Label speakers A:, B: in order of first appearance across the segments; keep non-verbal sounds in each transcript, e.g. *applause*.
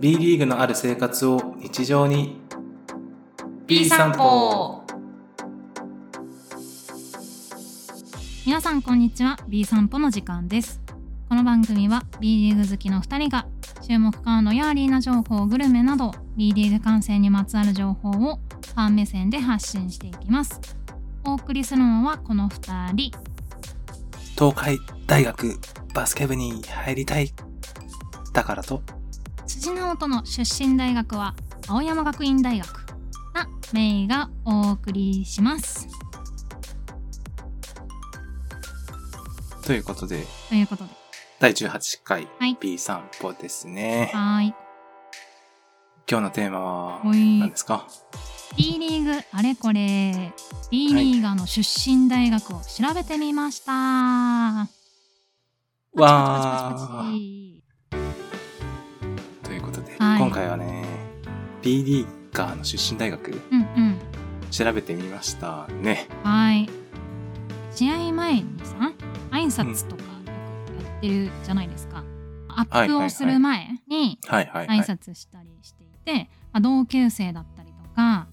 A: B リーグのある生活を日常に
B: B 散歩
C: 皆さんこんにちは B 散歩の時間ですこの番組は B リーグ好きの2人が注目カードやアリーナ情報グルメなど B リーグ観戦にまつわる情報をファン目線で発信していきますお送りするのはこの2人
A: 東海大学バスケ部に入りたいだからと
C: 辻直人の出身大学は青山学院大学なメイがお送りします
A: ということで
C: ということで
A: 第18回
C: はい
A: B 散歩ですね、
C: はーい
A: 今日のテーマは
C: ほい
A: 何ですか
C: B リーグあれこれ B リーガーの出身大学を調べてみました、パチパチパチパ
A: わ
C: チ
A: ーということで、
C: はい
A: 今回はね B リーガーの出身大学
C: うんうん
A: 調べてみましたね
C: はい試合前にさ挨拶とかよくやってるじゃないですか、アップをする前に
A: はいはいはい、
C: 挨拶したりしていて、まあ同級生だったりとか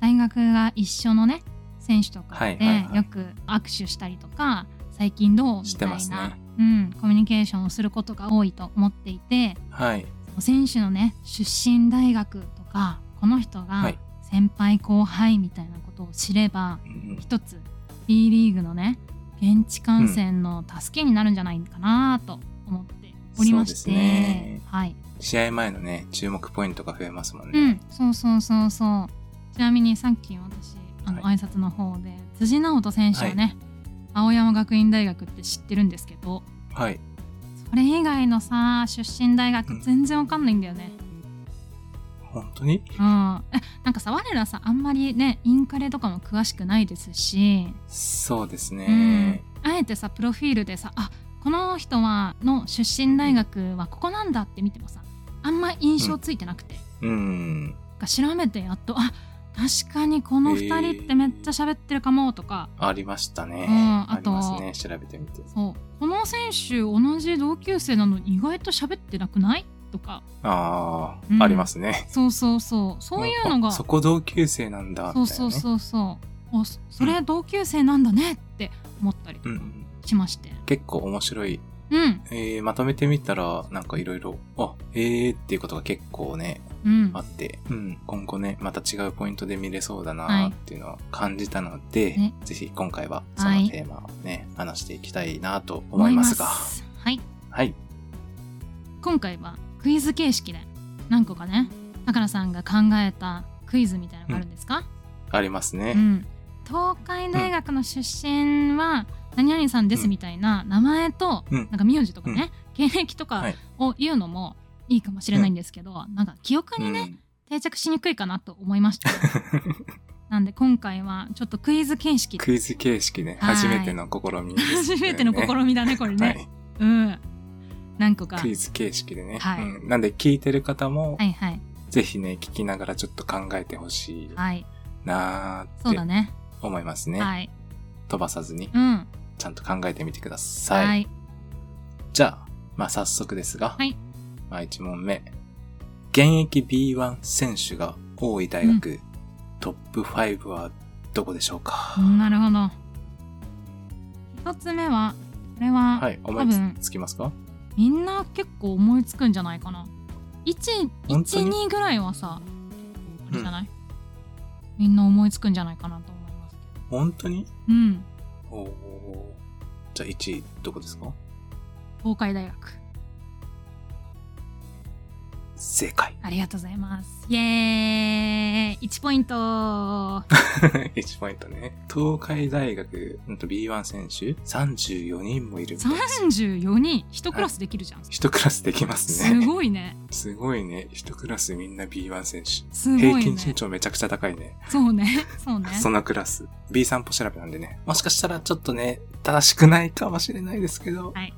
C: 大学が一緒のね選手とか
A: はい
C: で
A: はいはい
C: よく握手したりとか、最近どうみ
A: して
C: たいな
A: ますね
C: うん、コミュニケーションをすることが多いと思っていて
A: はい
C: 選手のね出身大学とかこの人
A: は
C: が
A: い
C: 先輩後輩みたいなことを知れば
A: うん
C: 一つ B リーグのね現地観戦の助けになるんじゃないかなと思っておりまして、
A: そうですね
C: はい、
A: 試合前のね注目ポイントが増えますもん
C: う
A: ね、
C: ん、そうそうそうそうちなみにさっき私あの
A: は
C: 挨拶の方で、辻直人選手はね、青山学院大学って知ってるんですけど
A: はい
C: それ以外のさ出身大
A: う
C: 学
A: ん
C: 全然わかんないんだよね、
A: 本当に
C: うん、えなんかさ我らさあんまりねインカレとかも詳しくないですし、
A: そうですね、
C: うん、あえてさプロフィールでさあこの人はの出身大学はここなんだって見てもさあんま印象ついてなくて、
A: うん。
C: が調べてやっとあ確かにこの2人ってめっちゃ喋ってるかもとか、
A: ありましたね。
C: うん
A: あ
C: あ
A: り
C: と
A: ますね。調べてみて。
C: そうこの選手同じ同級生なのに意外と喋ってなくないとか
A: ああ、
C: うん
A: ありますね。
C: そうそうそうそういう
A: *laughs*
C: の
A: あ
C: が
A: そ
C: そ,、
A: こ同級生なんだ、みたいな、
C: う
A: ね。
C: そうそうそうあそそれ同級生なんだねって思ったりと
A: う
C: か
A: ん。
C: しまして、
A: 結構面白い。
C: うん
A: えー、まとめてみたら、なんかいろいろ、あ、えーっていうことが結構ね、
C: うん
A: あって、うん。今後ね、また違うポイントで見れそうだ
C: は
A: ないっていうのを感じたので、
C: ね
A: ぜひ今回はそのテーマをね、話していきたいなと思いますが。
C: はい
A: はい。
C: 今回はクイズ形式で何個かね高野さんが考えたクイズみたいなのがあるんですか、
A: あります
C: う
A: ね。
C: ん、東海大学の出身は何々さんですみたいな名前と、
A: うん
C: なんか名字とかね、経歴と
A: は
C: か
A: い
C: を言うのもいいかもしれないんですけど、なんか記憶にね、
A: うん
C: 定着しにくいかなと思いました
A: *laughs*
C: なんで今回はちょっとクイズ形式で
A: クイズ形式ね、
C: はい
A: 初めての試みですね、
C: 初めての試みだねこれね、
A: はい。
C: うん何個か
A: クイズ形式でね。
C: はい
A: うんなんで聞いてる方も、
C: はいはい
A: ぜひね、聞きながらちょっと考えてほしい
C: はい
A: な
C: そう
A: ー
C: だ
A: って
C: ね
A: 思いますね。
C: はい
A: 飛ばさずに
C: う、ん
A: ちゃんと考えてみてください。
C: はい
A: じゃあ、まあ早速ですが、
C: はい
A: まあ1問目。現役 B1 選手が多い大学、トップ5はどこでしょうか、
C: なるほど。一つ目は、これは、
A: はい、思
C: 多分
A: いつきますか
C: みんな結構思いつくんじゃないかな。1、
A: 本当
C: 1、
A: に
C: 2ぐらいはさ、あれじゃない、みんな思いつくんじゃないかなと思いますけど。
A: 本当に
C: うん、
A: おーじゃあ1位どこですか
C: 東海大学。
A: 正 *laughs* 解。
C: ありがとうございます。イエーイ !1 ポイント
A: 1ポイントね。東海大学、うんと B1 選手、34人もいるみたいです。
C: !34 人、1クラスできるじゃん。
A: 一クラスできます
C: す
A: ね。
C: ごいね。
A: すごいね。一クラスみんな B1 選手。
C: すごい
A: 平
C: ね。
A: 均身長めちゃくちゃ高いね。
C: そうね。そうね。
A: そのクラス。B 散歩調べなんでね。もしかしたらちょっとね、正しくないかもしれないですけど。
C: はい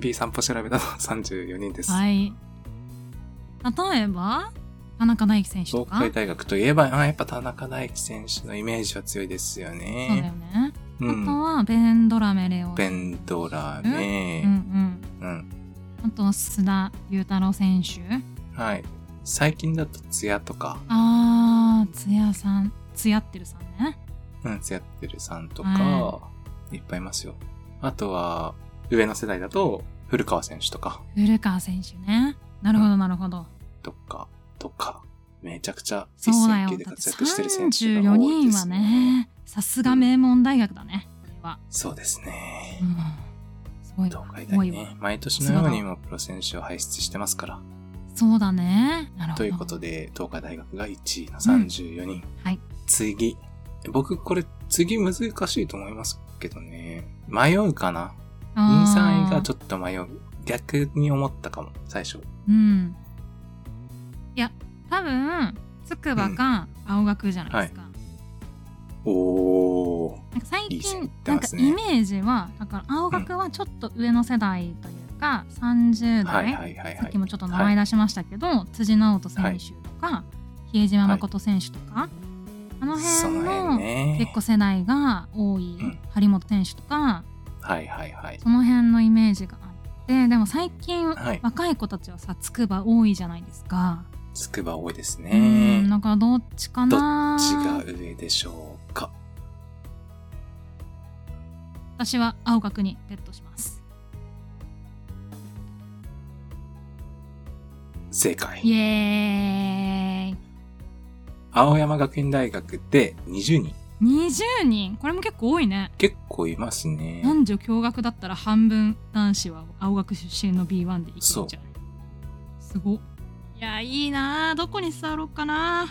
A: B 散歩調べだと34人です。
C: はい。例えば、田中大輝選手と
A: 東
C: か。
A: 海大学といえば、あやっぱ田中大輝選手のイメージは強いですよ
C: そうだよ
A: ね。
C: ね。
A: う
C: あと
A: ん。
C: はベンドラメレオ。
A: ベンドラー
C: うんう
A: ね。
C: ん
A: うん。
C: うん。あと須田雄太郎選手。
A: はいはい。最近だとツヤとか、
C: あー、つやさん、つやってるさんね。
A: うん、ツヤってるさんとか、、
C: はい
A: っぱいいますよ。あとは、上の世代だと、古川選手とか、
C: 古川選手ね。なるほど、なるほど。
A: とか、とか、めちゃくちゃ一
C: そうだ
A: 線
C: よ。
A: 級で
C: だって
A: 活躍してる選手が
C: 34
A: 多い
C: 人
A: で
C: は
A: すよ
C: ね、さすが名門大学だね。これは。
A: そうですね
C: う。ん。すごい
A: 東
C: わ。
A: 海
C: 多
A: 大
C: い
A: ね
C: わ。。
A: 毎年のようにもプロ選手を輩出してますから。
C: そうだね。なるほど。
A: ということで、東海大学が1位の34人。
C: はい。
A: 次。僕、これ、次難しいと思いますけどね。迷うかな
C: あ
A: ?2、
C: ー
A: 3位がちょっと迷う。逆に思ったかも、最初。
C: うん。いや、多分、筑波か青学じゃないですか。
A: おー。
C: なんか最
A: いい線いっ
C: 近、
A: て
C: なん
A: ま
C: か
A: すね
C: イメージは、だから青学はちょっと上の世代というか、30
A: はい
C: 代、
A: はいはい
C: さ
A: は
C: っ
A: い
C: き。もちょっと名前出しましたけど、辻直人選手とか、比江島誠選手とか、あの
A: そ
C: 辺
A: の
C: の
A: 辺ね。
C: 結構世代が多い、
A: うん
C: 張本選手とか、
A: はいはいはい。
C: その辺のイメージがあって、でも最近、
A: はい
C: 若い子たちはさ、筑波多いじゃないですか。
A: つくば多いです
C: うん、
A: ね。
C: だからどっちかな
A: 違う上でしょうか。
C: 私は青学にベットします。
A: 正解。
C: イエーイ
A: 青山学院大学で20人。
C: 20人これも結構多いね
A: 結構いますね。
C: 男女共学だったら半分男子は青学出身の B1 でいけるんじゃ
A: そう
C: ないすごっいやいいなあどこに座ろうか *laughs* な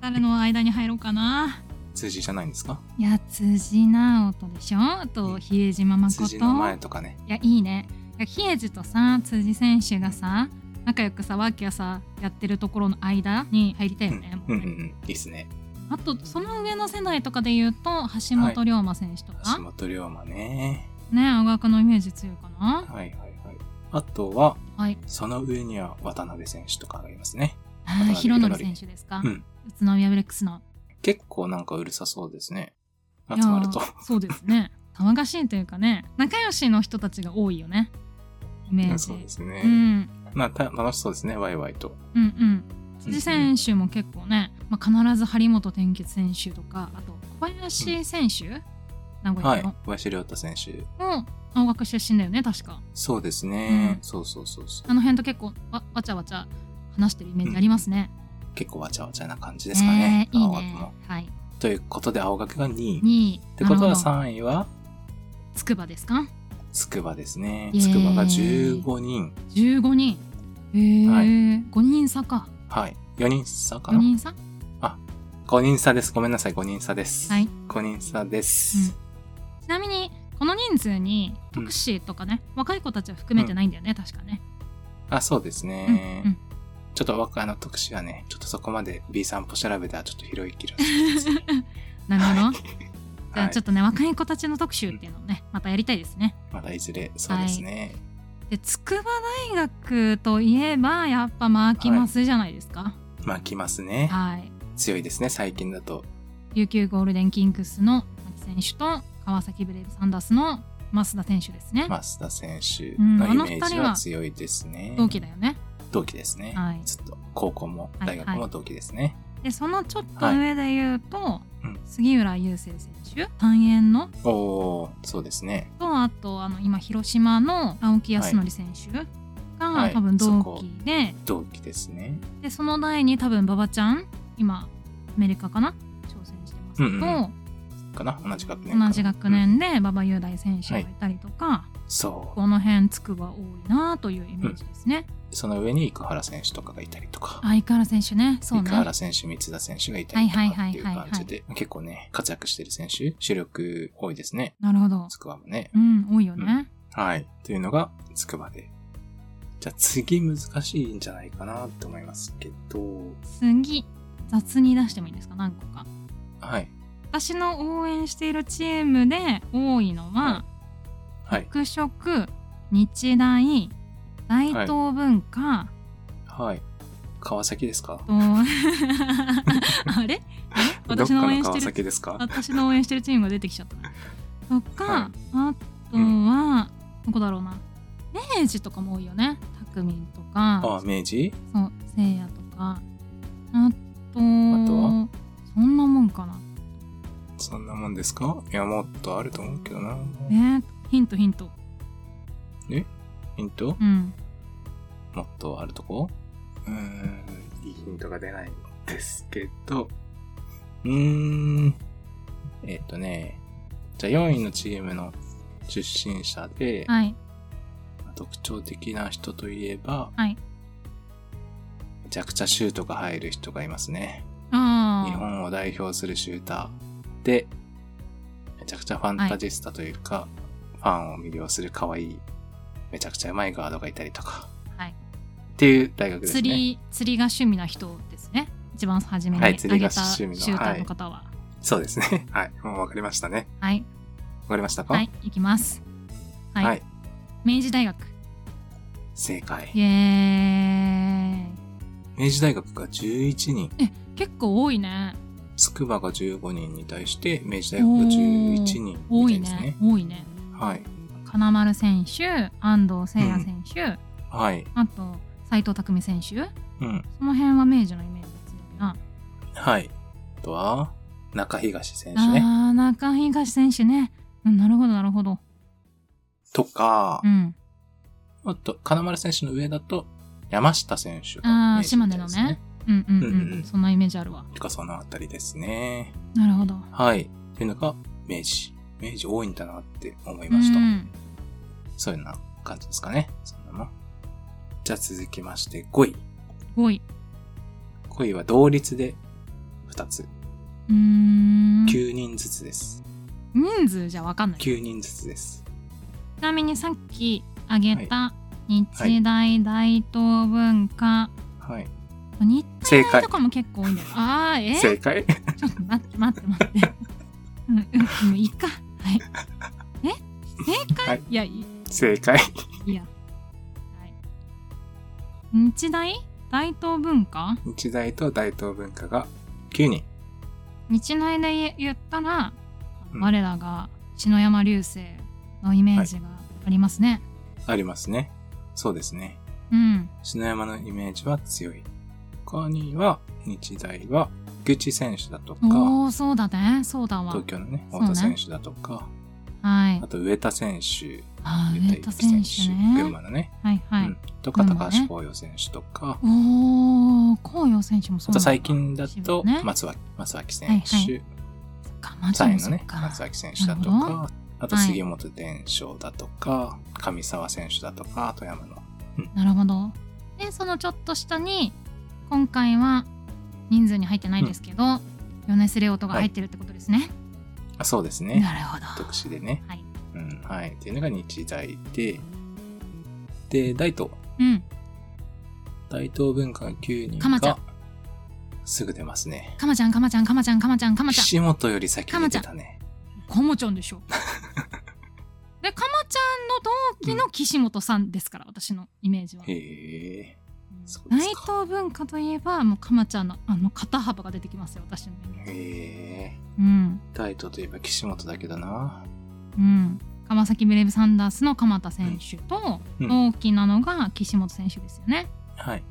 C: 誰の間に入ろうかな
A: 数字じゃないんですか
C: いや辻直人でしょあと比江島誠
A: 数字の前とかね。
C: いやいいねいや比江島とさ辻選手がさ仲良くさワーキャさやってるところの間に入りたいよね、も
A: う
C: うんね
A: うんうん。いいですね。
C: あとその上の世代とかで言うと橋本龍馬選手とか、
A: 橋本龍馬ね。
C: ね青学のイメージ強いかな
A: はいはいはい。あとは、
C: はい
A: その上には渡辺選手とかがいますね。
C: あ
A: 渡
C: ー
A: 辺
C: 広則選手ですか、
A: うん
C: 宇都宮ブレックスの
A: 結構なんかうるさそうですね。
C: い
A: 集
C: やー
A: まると。
C: そうですね騒がしいというかね仲良しの人たちが多いよねイメー
A: *laughs*
C: ジ
A: そうですね。
C: うん、
A: まあた楽しそうですね、ワイワイと。
C: うんうん辻選手も結構ね、まあ、必ず張本天傑選手とかあと小林選手、名古
A: は
C: 屋
A: い
C: の、。
A: 小林亮太選手。
C: も青学出身だよね確か
A: そうですね。
C: うん
A: そうそうそうそう。
C: あの辺と結構わわちゃわちゃ話してるイメージありますね、
A: 結構わちゃわちゃな感じですかね。
C: えーいい
A: 青学
C: ね
A: も。
C: はい
A: ということで、青学が2位。っ
C: 2位
A: てこと
C: な
A: は
C: るほど
A: 3位は、
C: つくばですか
A: つくばですね。
C: イエー
A: つ
C: イ
A: くばが15人。
C: 15人へえ、
A: はい
C: 5人差か
A: はい。4人差か
C: 4
A: な
C: 人差
A: 5人差です。ごめんなさい、5人差です。
C: はい
A: 5人差です。
C: ちなみにこの人数にタクシーとかね、若い子たちは含めてないんだよね、確かね、
A: あ、そうです
C: うん
A: ね。ちょっと若あの特集はね、ちょっとそこまで B 散歩調べたらちょっと拾いきる。
C: うん、なるほど、じゃあ
A: はい
C: ちょっとね若い子たちの特集っていうのをねまたやりたいですね
A: まだいずれ、そうですね。
C: で筑波大学といえばやっぱマーキマスじゃないですか
A: まあ、来ますね。
C: はい、
A: 強いですね、最近だと。
C: 琉球ゴールデンキングスの牧選手と川崎ブレイブサンダースの増田選手ですね、
A: 増田選手
C: うん
A: の
C: あ
A: イ
C: の
A: メ
C: 二
A: ージ
C: 人
A: は
C: は
A: 強いですね。
C: 同期だよね
A: 同期ですね。
C: はい
A: ずっと高校も大学
C: はいは
A: も同期ですね。
C: でそのちょっと上で言うと、
A: うん
C: 杉浦雄星選手単円の
A: おー、そうですね。
C: とあとあの今広島の青木康則選手が、
A: はい
C: 多分同期で、
A: 同期ですね。
C: でその代に多分馬場ちゃん今アメリカかな挑戦してますけど、
A: うんうんかな同じ学年かな。
C: 同じ学
A: うん
C: 年で馬場雄大選手がいたりとか、
A: そ
C: この辺つくば多いなというイメージですね、
A: う。その上に生原選手とかがいたりとか。
C: 相変わらず選手ねそう
A: 生
C: ね
A: 原選手、三田選手がいたりとか
C: はいはい
A: っていう
C: はいはいは
A: 感
C: い
A: じで、結構ね、活躍してる選手、主力多いですね。
C: なるほど
A: つくばもね
C: う。ん多いよね、
A: はい。というのが、つくばで。じゃあ次難しいんじゃないかなと思いますけど、
C: 次雑に出してもいいですか何個か
A: はい。
C: 私の応援しているチームで多いのは、
A: はい。
C: 服飾日大大東文化、
A: はい。川崎ですか
C: と *laughs* あれえ私の応
A: どっかの川
C: 援してる
A: 崎ですか
C: 私の応援して
A: *laughs*
C: るチームが出てきちゃったなとか、
A: は
C: あとは、どこだろうな明治とかも多いよねたくみんとか
A: あ、明治
C: そうせいやとかあと
A: あとは
C: そんなもんかな
A: そんなもんですかいや、もっとあると思うけどな。
C: ねヒントヒント
A: ヒント
C: うん
A: もっとあるとこうーん、いいヒントが出ないんですけど。うーん。えっ、とね、じゃあ4位のチームの出身者で、
C: はい
A: 特徴的な人といえば、
C: はい
A: めちゃくちゃシュートが入る人がいますね。
C: あ
A: 日
C: あ
A: 本を代表するシューターで、めちゃくちゃファンタジスタというか、ファンを魅了する可愛い、めちゃくちゃうまいガードがいたりとか、
C: はい
A: っていう大学ですね。
C: 釣り釣りが趣味な人ですね一番初めに
A: は
C: 挙
A: い
C: げ
A: 釣りが
C: た
A: 趣
C: シ
A: 味
C: ュ
A: の
C: ーターの方は
A: そうですね。 *laughs* はい。もうわかりましたね。
C: はい
A: わかりましたか
C: はい、い、きますはい、
A: はい
C: 明治大学
A: 正
C: イ
A: 解。
C: エーイ
A: 明治大学が11人、
C: 結構多いね
A: 筑波が15人に対して、明治大学が11人み
C: 多
A: た
C: い
A: いです
C: ね
A: ね。
C: 多いね
A: はい。
C: 金丸選手安藤誠也選手、
A: はい。
C: あと斎藤匠選手
A: うん。
C: その辺は明治のイメージが強いな、
A: はい。あとは、中東選手ね。
C: ああー中東選手ね、うん、なるほどなるほど
A: とか
C: う、ん
A: あと、金丸選手の上だと、山下選手
C: あ
A: が、
C: ー島根のね。うんうんうん、
A: うんうん
C: そんなイメージあるわ
A: とか、そのあたりですね。
C: なるほど
A: はい。っていうのが、明治。明治多いんだなって思いました。
C: うん
A: そういうような感じですかね。そんなの。じゃあ続きまして、5位。
C: 5位
A: 5位は同率で2つ。
C: うーん
A: 9人ずつです。
C: 人数じゃわかんないち
A: 9人ずつです。
C: なみにさっき挙げた日大大東文化、
A: はい。
C: 日
A: 正
C: 大
A: 解
C: と。かも結構多いんだよああえー
A: 正解 *laughs*
C: ちょっと待って待って待って。うんうん、もういいか。はい。え正解、
A: はいい、
C: や、い
A: 正解。
C: いや。はい、日大大東文化
A: 日大と大東文化が9人。
C: 日大で言ったら、
A: うん
C: 我らが篠山流星のイメージがありますね。
A: ありますね。そうですね。
C: うん。
A: 篠山のイメージは強い。他には、日大は、菊池選手だとか、
C: おおそうだね。そうだわ。
A: 東京のね、
C: そうね
A: 太田選手だとか、
C: はい
A: あ。と上田選手、
C: あー
A: 上
C: 上田選手
A: 群
C: ね。
A: 馬のね、
C: はいはい。
A: うんとか、
C: 群馬
A: 高
C: ね
A: 橋光陽選手とか、
C: おお紅葉選手もそ
A: あと
C: うなんだ
A: 最近だと
C: ね、
A: 松脇、松脇選手、
C: はいはいそっか松
A: サイ
C: 山
A: ンのね、
C: そっか
A: 松崎選手だと
C: なるほ
A: か、あと杉本伝承だとか、上沢選手だとか、富山の。
C: なるほど。で、そのちょっと下に、今回は人数に入ってないですけど、米津レオトが入ってるってことですね。
A: あそうですね。
C: なるほど。
A: 特殊でね。
C: はい。
A: うん、はい。っていうのが日大で、で、大東。
C: うん。
A: 大東文化9人
C: 鎌ちゃ
A: が
C: ん、
A: すぐ出ますね。
C: かまちゃん、かまちゃん、かまちゃん、かまちゃん、かまちゃん。
A: 岸本より先に出たね。
C: かまちゃん
A: *laughs*
C: でしょ。で、かまちゃんの同期の岸本さんですから、私のイメージは
A: へ。え。そうで
C: 内
A: すか
C: 藤文化といえば、もうかまちゃんのあの肩幅が出てきますよ、私のイメージ。
A: へえ。
C: うん。
A: 大東といえば岸本だけどな。
C: うん。川崎ブレイブサンダースの鎌田選手と、
A: うん
C: 同期なのが岸本選手ですよね。
A: はい。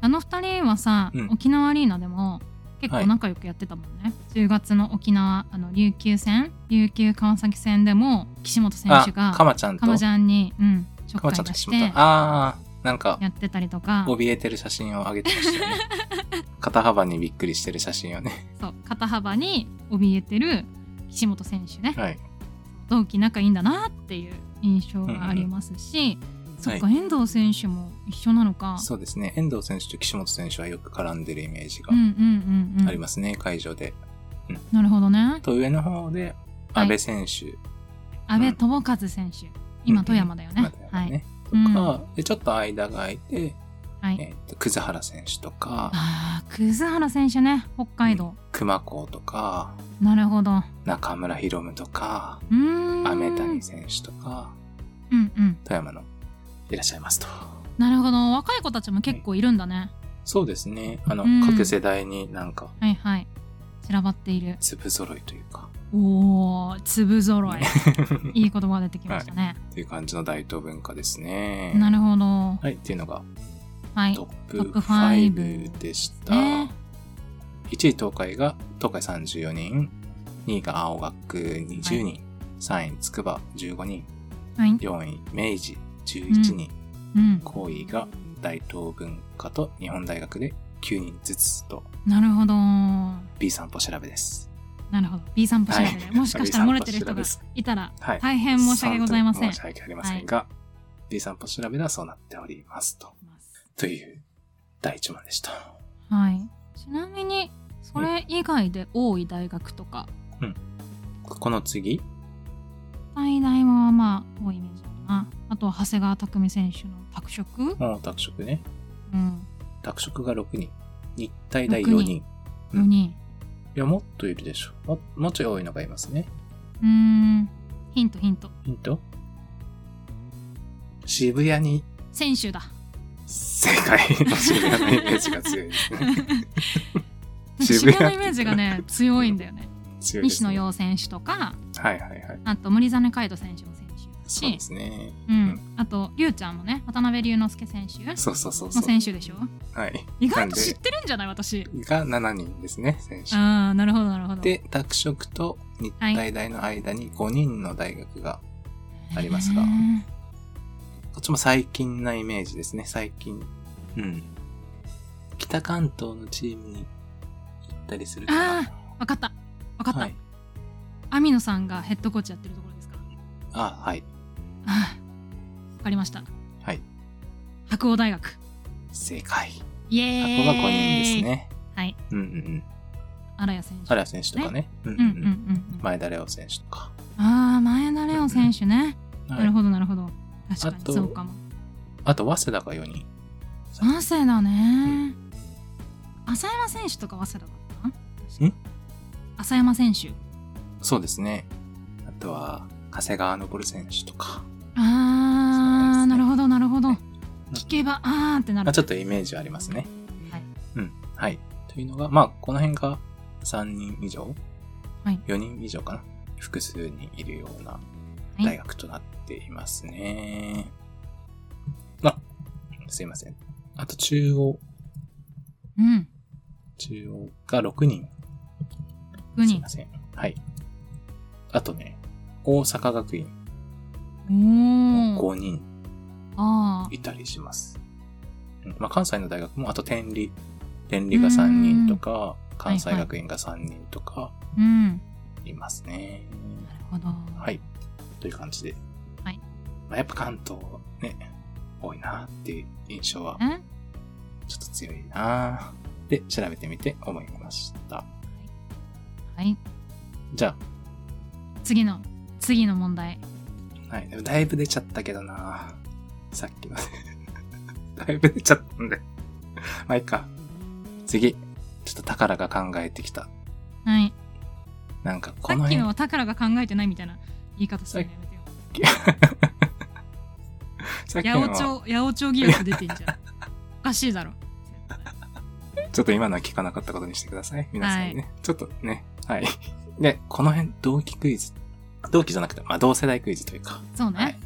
C: あの二人はさ、
A: うん
C: 沖縄アリーナでも結構仲良くやってたもんね、10月の沖縄あの琉球戦琉球川崎戦でも岸本選手が
A: あ、かまちゃんと、
C: かまちゃんに、うん、ちょっ
A: かま
C: か
A: ちゃ
C: い
A: んと
C: 出し
A: 岸
C: て
A: 本。ああ、なんか、
C: やってたりとか
A: 怯えてる写真を上げてました
C: *laughs*
A: よね。肩幅にびっくりしてる写真をね。
C: そう肩幅に怯えてる岸本選手ね、
A: はい。
C: 同期仲いいんだなっていう印象がありますし、そっか、遠藤選手も一緒なのか
A: そうですね。遠藤選手と岸本選手はよく絡んでるイメージが
C: うんうんうんうん
A: ありますね、会場で。
C: なるほどね
A: と、上の方で、
C: はい
A: 安倍選手、
C: 阿部智和選手、今富山だよね,、
A: まだ
C: はい、
A: ね、とか、で、ちょっと間が空いて、
C: はい、
A: えっと、葛原選手とか、
C: ああ、葛原選手ね、北海道。
A: 熊高とか、
C: なるほど。
A: 中村博夢とか、
C: うーん。
A: 雨谷選手とか、
C: うんうん。
A: 富山の、いらっしゃいますと。
C: なるほど。若い子たちも結構いるんだね。
A: そうですね。あの、
C: うん
A: 各世代になんか、
C: はいはい。散らばっている。
A: 粒揃いというか、
C: おお粒ぞ
A: *laughs*
C: ろいいい言葉出てきましたね、
A: っていう感じの大東文化ですね。
C: なるほど
A: はい、っていうのが
C: はい
A: トップ
C: トップ5
A: 5でした。
C: ね
A: 1位東海が東海34人、2位が青学20人、3位筑波15人、
C: はい
A: 4位明治11人、
C: うん
A: 後位が大東文化と日本大学で9人ずつと
C: なるほど
A: B さんと調べです。
C: なるほど B さんぽ調べで、
A: はい
C: もしかしたら漏れてる
A: B さ
C: 人
A: んぽ調べ
C: が
A: です
C: いたら
A: はい。
C: 大変申し訳ございません
A: 申し訳ありませんが、B さんと調べではそうなっておりますと。という第1問でした。
C: はいちなみにそれ以外で多い大学とか
A: この次
C: 大大もまあ多いイメージだなあとは長谷川匠選手の拓殖
A: もう拓殖ね。
C: うん
A: 拓殖が6人。日体大4人。うん
C: 4人
A: いや、もっといるでしょ。ももうちょい多いのがいますね。
C: うーんヒントヒント
A: ヒント渋谷に、
C: 選手だ
A: 世界
C: *laughs*
A: の渋谷のイメージが強いですね。
C: 渋
A: 渋谷
C: 谷のイメージ
A: *laughs*
C: がね強いんだよね
A: 強いです
C: 西
A: ね
C: 野洋選手とか
A: はいはいはい。
C: あと森実海斗選手も選手だ
A: そう
C: し
A: ですね。
C: うん、あとりゅうちゃんもね渡辺龍之介選手も
A: そうそうそうそう。
C: 選手でしょ
A: はい。
C: 意外と
A: なんで
C: 知ってるんじゃない私
A: が7人ですね、選手。
C: ああなるほどなるほど
A: で、拓殖と日体大の間に5人の大学が、ありますが
C: へー
A: こっちも最近なイメージですね、最近。うん。北関東のチームに行ったりするかな。
C: あわかったわかった、
A: はい。
C: 網野さんがヘッドコーチやってるところですか
A: あ、はい。
C: あーわかりました
A: はい。
C: 白鴎大学
A: 正解。
C: イエ
A: こ
C: ーイ
A: こが5人ですね。
C: はい
A: うんうんうん。
C: 荒谷選手
A: 原選手とかね。うんうん
C: うんうん
A: うん。
C: うん、
A: 前田レオ選手とか。
C: ああ前田レオ選手ね、
A: は
C: ないるほどなるほど確か
A: あ
C: に
A: と
C: そうかも
A: あと、早稲田が4人。
C: 早稲田ね、浅山選手とか早稲田だった確か
A: ん
C: 浅山選手
A: そうですね。あとは、長谷川昇選手とか。
C: あー、
A: そうですね
C: なるほどなるほど、
A: はい
C: 聞けばあーってなる
A: まあ、ちょっとイメージはありますね。
C: はい
A: うん。はい。というのが、まあ、この辺が3人以上
C: はい
A: 4人以上かな複数にいるようない大学となっていますね。あ、すいません。あと、中央。
C: うん
A: 中央が6人。す
C: 6
A: い
C: 人
A: ません。はい。あとね、大阪学院
C: おお
A: 5人
C: あー
A: いたりします。うんまあ、関西の大学も、あと天理。天理が3人とか、関西学院が3人とか
C: うん
A: いますね。
C: なるほど
A: はい。という感じで。
C: はい
A: まあ、やっぱ関東ね、多いなっていう印象は
C: え
A: ちょっと強いなで、調べてみて思いました。
C: はい
A: じゃ
C: 次の次の問題
A: あ、はい。でもだいぶ出ちゃったけどなさっきまで。 *laughs* だいぶ出ちゃったんで。まあ、いっか。次。ちょっと宝が考えてきた。
C: はい
A: なんか、こ
C: さ
A: の
C: っ
A: 辺。
C: きのは宝が考えてないみたいな言い方するのやめてよ
A: さっき
C: 八
A: の
C: 百
A: は
C: 長八百長疑惑出てんじ
A: *laughs*
C: ゃんおかしいだろ
A: ちょっと今のは聞かなかったことにしてください。皆さんにね。ちょっとね。はい。で、この辺、同期クイズ。同期じゃなくて、まあ、同世代クイズというか。
C: そう
A: は
C: ね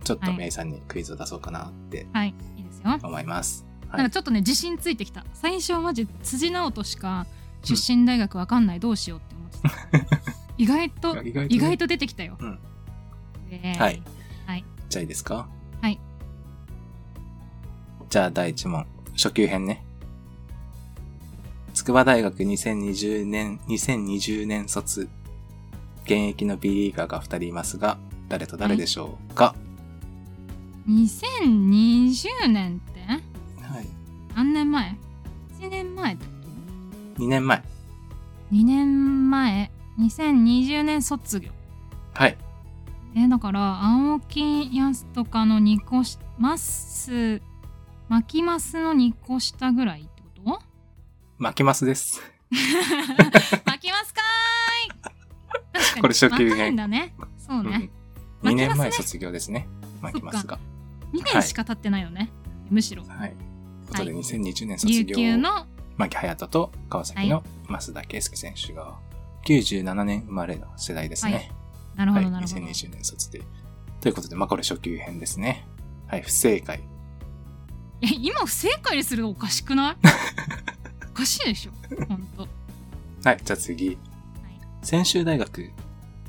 A: い。ちょっ
C: は
A: と
C: い
A: メイさんにクイズを出そうかなって
C: はい、いいですよ
A: 思います。はい
C: なんかちょっとね自信ついてきた最初はマジ辻直人しか出身大学わかんない、どうしようって思ってた
A: *laughs*
C: 意外と
A: 意外とね
C: 意外と出てきたよ、
A: うん
C: えー
A: はいじゃあいいですか
C: はい。
A: じゃあ第1問。初級編ね。筑波大学2020年、2020年卒。現役の B リーガーが2人いますが、誰と誰でしょうか、
C: 2020年って
A: はい、
C: 何年前 ?1 年前ってこ
A: ?2 年前。
C: と ?2 年前2020年卒業
A: はい。
C: えーだから青木やすとかの2個します巻きますの2個下ぐらいってこと
A: *laughs* 負けますです。
C: 巻きますかーい確かに
A: これ初級編
C: 若いんだねそうね、
A: 2
C: 負けま
A: 年
C: すね
A: 前卒業ですね。負けますが。
C: 2年しか経ってないよね、むしろ
A: はい。ということで
C: はい
A: 2020年卒
C: 琉
A: 業。
C: 球の
A: 牧隼人と川崎の増田圭介選手が97年生まれの世代ですね。
C: なるほ
A: はい、
C: ど、なるほど。
A: 2020年卒で。ということで、まあこれ初級編ですね。はい、不正解。
C: え今不正解にするのおかしくないおかしいでしょほんと
A: はい、じゃあ次。専修大学、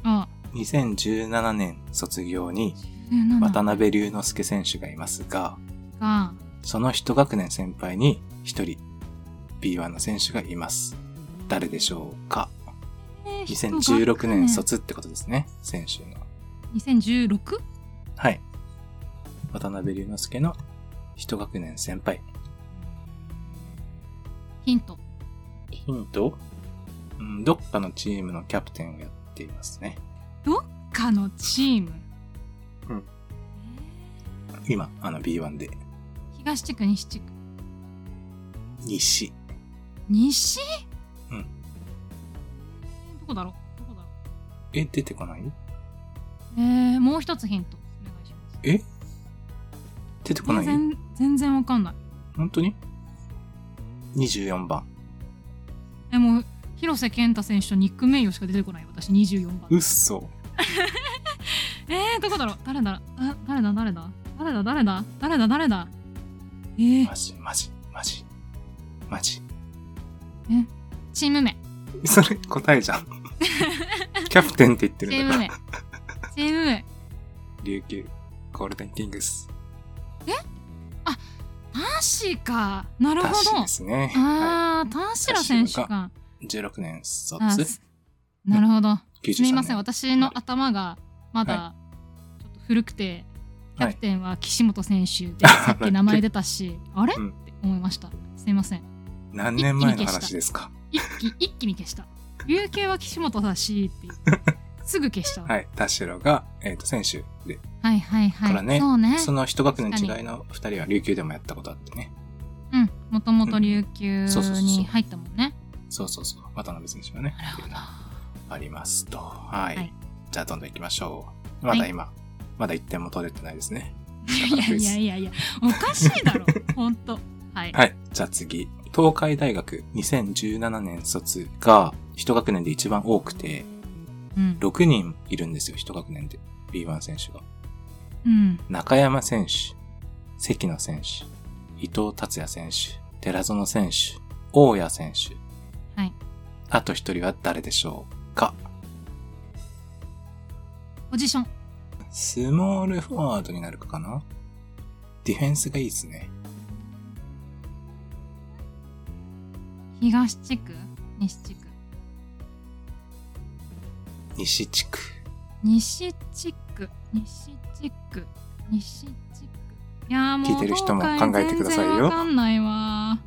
C: あ
A: 2017年卒業に
C: 17
A: 渡辺龍之介選手がいますが、
C: が
A: その一学年先輩に一人 B1 の選手がいます。誰でしょうか
C: えー
A: ?2016 年卒ってことですね。選手の。
C: 2016?
A: はい。渡辺龍之介の一学年先輩。
C: ヒント
A: ヒント、うん、どっかのチームのキャプテンをやっていますね。
C: かのチーム、
A: うん今、あの B1 で。
C: えー東地区西地区
A: 西。
C: 西
A: うん
C: どこだろうどこだろう
A: え、出てこない
C: えー、もう一つヒントお願いします
A: え出てこない、
C: え全全然わかんない
A: 本当に ?24 番。
C: えもう広瀬健太選手とニック・メイヨしか出てこない私24番
A: うっそ。
C: えー、どこだろう誰だあ誰だ誰だ誰だ誰だ誰だ誰だえー
A: マ、ジ、マジ、マジ。マジ。
C: チーム名
A: それ答えじゃ
C: *laughs*
A: ん。キャプテンって言って
C: チ
A: るん
C: ー
A: だか
C: ム名
A: ら。
C: チー
A: *laughs*
C: ム名
A: 琉球ゴールデンキングス。
C: タシかなるほど
A: ダッシュですね。は
C: あー、田代選手か
A: い、16年卒。
C: あすなるほ
A: *laughs*
C: ど
A: 93年
C: すみません私の頭がまだちょっと古くて、キャプテンは岸本選手で、さっき名前出た
A: *laughs*
C: しあれ、
A: うん
C: って思いましたすみません
A: 何年前の話ですか
C: 一気 *laughs* 一気に消した琉球は岸本だしって
A: *laughs*
C: すぐ消したわ、
A: はい、田代が、えっ、と、選手で、
C: はいはいはい。
A: からね
C: そうね。
A: その一学年違いの二人は琉球でもやったことあってね。
C: うん。もともと琉球
A: そうそうそうそう
C: に入ったもんね。
A: そうそうそう、渡辺選手がね、
C: なるほど。
A: ありますと。はい。
C: はい
A: じゃあ、どんどん行きましょう。
C: は
A: ま
C: い
A: だ今、まだ一点も取れてないですね。
C: いやいやいやいや、おかしいだろ。ほんと。はい。
A: はい、じゃあ次。東海大学2017年卒が一学年で一番多くて、
C: うん。
A: 6人いるんですよ、一学年で。B1 選手が。
C: うん。
A: 中山選手、関野選手、伊藤達也選手、寺園選手、大谷選手。
C: はい。
A: あと一人は誰でしょうか
C: ポジション。
A: スモールフォワードになるかかなディフェンスがいいですね。
C: 東地区西地区
A: 西地区。
C: 西地区西地区西地区いやーもう
A: 聞いてる人も考えてくださいよ
C: 東海全然わかんないわ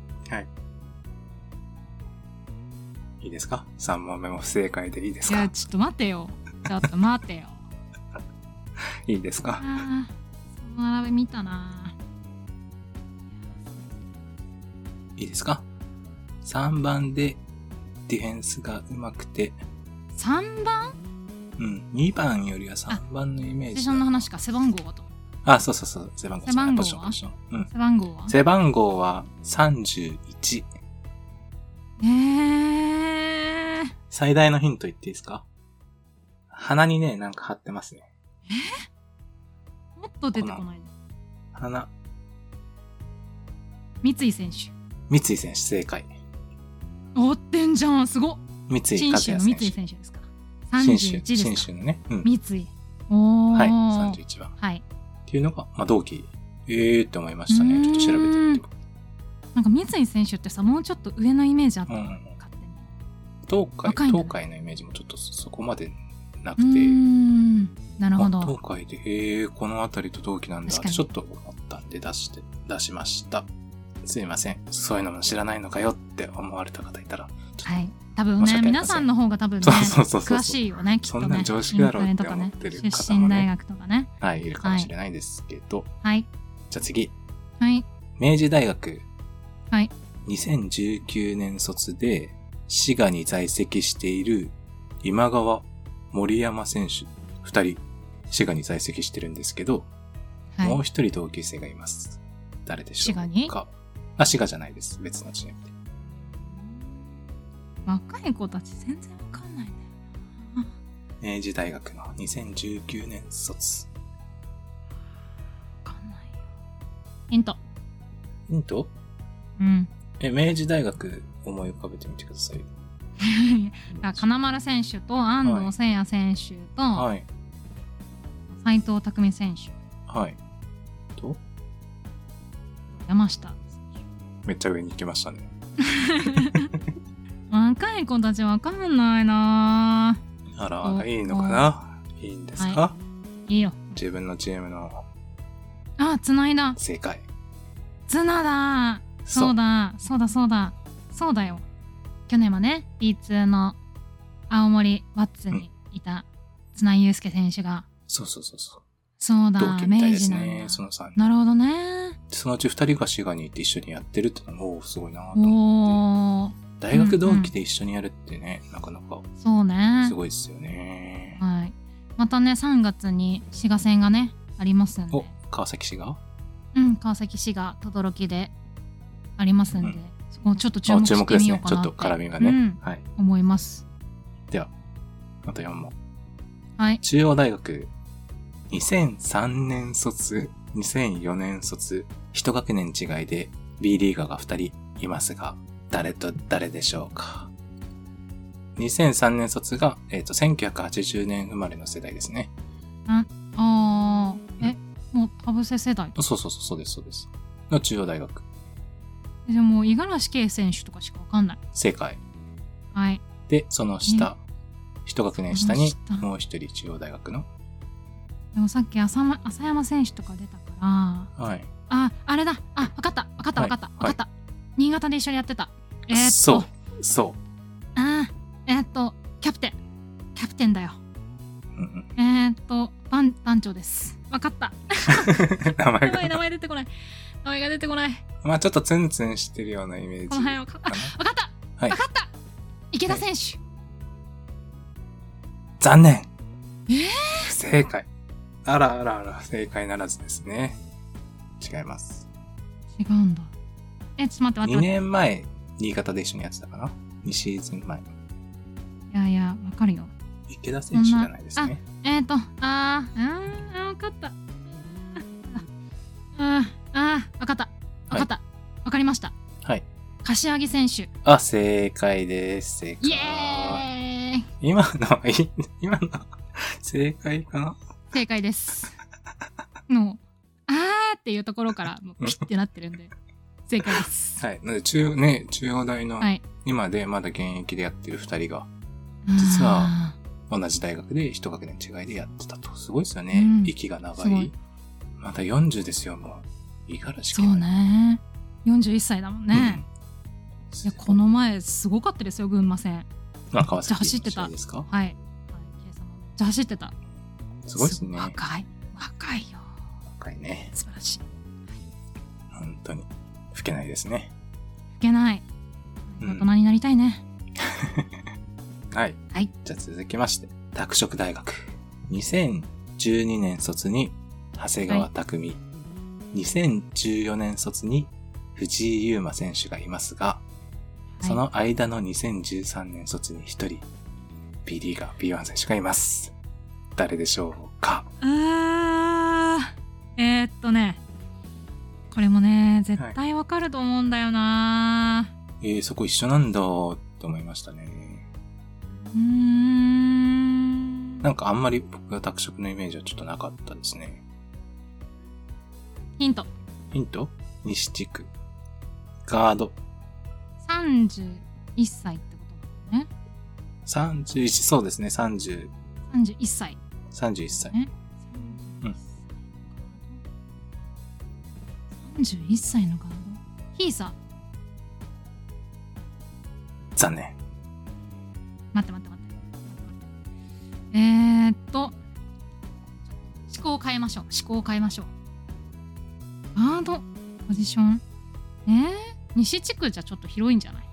A: いいですか ?3 問目も不正解でいいです
C: いや
A: か
C: ちょっと待てよちょっと待てよ
A: いいですか
C: あーその並び見たない
A: いですか ?3 番でディフェンスが上手くて、
C: 3番
A: うん、2番よりは3番のイメー
C: ポ
A: ジ。
C: ジションの話か背番号はと
A: あ、そうそうそう、背番号
C: 背番号
A: ポ
C: は
A: ジション、ポジション。うん。
C: 背番号は
A: 背番号は31。
C: えー、
A: 最大のヒント言っていいですか鼻にね、なんか貼ってますね。
C: もっと出てこないね
A: 鼻。
C: 三井選手
A: 三井選手正解。
C: 追ってんじゃんすごっ
A: 三井
C: 信
A: 和也
C: 州
A: 選手。
C: の三井選手ですか
A: 信州
C: 31です
A: 信
C: か
A: 州のね。うん。
C: 三井おお
A: はい、31番。
C: はい
A: っていうのが、まあ、同期。ええーって思いましたね。ちょっと調べてみて。
C: なんか三井選手ってさもうちょっと上のイメージあった
A: う
C: の、
A: ん
C: 勝手に
A: 東海、
C: 若いんだね
A: 東海のイメージもちょっとそこまでな
C: う
A: く
C: ー
A: て。
C: んなるほ
A: あ
C: ど
A: 東海で、ええー、この辺りと同期なんだっ
C: 確
A: て
C: かに
A: ちょっと思ったんで出して、出しました。すいません。そういうのも知らないのかよって思われた方いたら、ちょっと
C: はい多分
A: 申し
C: ね
A: 訳ありません
C: 皆さんの方が多分ね
A: そうそうそうそう
C: 詳しいよねきっとね
A: そんなん常識だろうって思ってる方もね
C: インフレとかね出身大学とかね
A: はい、いるかもしれないですけど。
C: はい
A: じゃあ次。
C: はい
A: 明治大学。
C: はい。
A: 2019年卒で、滋賀に在籍している今川、森山選手、二人、滋賀に在籍してるんですけど、
C: はい
A: もう一人同級生がいます。誰でしょうか
C: 滋賀
A: あ、滋賀じゃないです。別のチームで。
C: 若い子たち全然わかんないね
A: 明治大学の2019年卒。
C: わかんないよ。ヒント。
A: ヒント
C: うん。 *laughs*
A: え、明治大学思い浮かべてみてください。
C: あ金丸選手と安藤誠也選手と
A: はい。
C: 斉藤匠選手、
A: はい。と、
C: 山下
A: めっちゃ上に行きましたね。
C: 若い子たちわかんないな
A: あ
C: う
A: ら、
C: ん
A: いいのかないいんですか、
C: はぁいいよ
A: 自分のチームの
C: あつないだ
A: 正解。
C: ツナだそうだそうだそうだそうだよ去年はね B2 の青森ワッツにいた綱井祐介選手が
A: そう。そうそうそう
C: そうだ
A: 同期みたい
C: 明
A: で
C: 治
A: す
C: なん
A: ね
C: だ。
A: その3人。
C: なるほどね
A: そのうち2人が滋賀にいて一緒にやってるってのも、おーすごいなと思って。
C: おお
A: 大学同期で一緒にやるってね、なかなか
C: そうね
A: すごいですよね。
C: はい、またね3月に滋賀戦がねありますんで
A: お、川崎市が
C: うん、川崎市が轟でありますんで、
A: うん
C: そこをちょっと注
A: あ
C: 目
A: 注
C: し
A: 目
C: て
A: で
C: み
A: す
C: よう
A: ね。
C: か
A: ちょ
C: な
A: っ
C: って
A: と絡みがね。
C: うん
A: はい。
C: 思います
A: では、また4問。
C: はい
A: 中央大学、2003年卒、2004年卒、一学年違いで B リーガーが2人いますが、誰と誰でしょうか。2003年卒が、えっ、と、1980年生まれの世代ですね。
C: あーえもう田臥世代
A: そうそうそう、そうです、そうです。の中央大学。
C: でもう五十嵐圭選手とかしかわかんない
A: 正解。
C: はい
A: で、その下、一学年下に
C: その下
A: もう一人中央大学の。
C: でもさっき浅間浅山選手とか出たから
A: はい。
C: ああれだあわかったわかったわかった
A: はい
C: わかった、新潟で一緒にやってたえー、っと
A: そう、そ
C: あーえー、っとキャプテンキャプテンだよ
A: う。うんうん、
C: えー、っと番番長ですわかった
A: 名前
C: やばい名
A: が。
C: 前出てこない名前が出てこない
A: まあちょっとツンツンしてるようなイメージ。
C: この辺をか
A: かな
C: 分かった、
A: はい
C: 分かった池田選手、
A: 残念
C: え
A: 不正解。あらあらあら、正解ならずですね。違います。
C: 違うんだえちょっと待って待
A: 2
C: って待って
A: 年前、新潟で一緒にやってたかな ?2 シーズン前。
C: いやいや分かるよ
A: 池田選手じゃないですね。
C: えっ、ー、とあーうーん分かった *laughs* あーあー分かった分かった、分かりました
A: はい。
C: 柏木選手
A: あ、正解です。正解。
C: イエーイ
A: 今のはいい、今の、正解かな
C: 正解ですもうあーっていうところからも
A: *laughs*
C: うピッてなってるんで正解です
A: はい。なので、中、ね、中央大の、
C: はい
A: 今でまだ現役でやってる二人が、実は
C: あー
A: 同じ大学で一学年違いでやってたと。すごいですよね。
C: うん
A: 息が長
C: すご
A: い
C: い。
A: まだ40ですよ、もう。五十嵐
C: そうね41歳だもん
A: うん。
C: ね、いやこの前すごかったですよ群馬戦
A: あ、川
C: めっちゃ走
A: 崎
C: ってた
A: 試合ですか
C: はい、はい、ケイさんもめっちゃ走ってた
A: すごいですね。
C: 若い若いよ
A: 若いね。
C: 素晴らしいい
A: 本当に。吹けないですね。
C: けない
A: うん
C: 大人になりたいね、
A: はい。
C: はい
A: じゃあ続きまして、拓殖大学。2012年卒に、長谷川拓実、2014年卒に、藤井優馬選手がいますが、
C: はい
A: その間の2013年卒に1人、B リーガー B1 選手がいます。誰でしょうか
C: あーえー、っとねこれもね絶対わかると思うんだよな、
A: えー、そこ一緒なんだ、と思いましたね。
C: うーん
A: なんかあんまり僕が拓殖のイメージはちょっとなかったですね。
C: ヒント
A: ヒント西地区。ガード。
C: 31歳ってことなのね
A: 31、そうですね、30、
C: 31歳
A: 31歳。
C: ね
A: うん
C: 31歳のガードヒーサ
A: 残念。
C: 待って待って待ってえー、っと思考を変えましょう思考を変えましょうガードポジションえー、西地区じゃちょっと広いんじゃない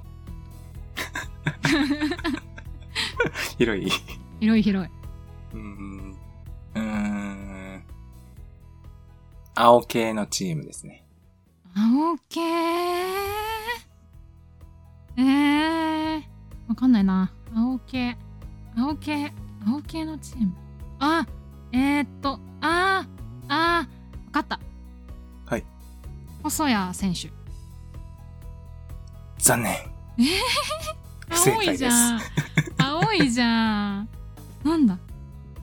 A: 広い。 *laughs*
C: 広い広いう
A: ーん。うーん。青系のチームですね。
C: 青系えー、わかんないな青系青系青系のチームあえー、っとあーあー分かった
A: はい
C: 細谷選手
A: 残念。 *laughs* 不正
C: 青
A: 解
C: いじ
A: です
C: ゃん青いじゃんなんだ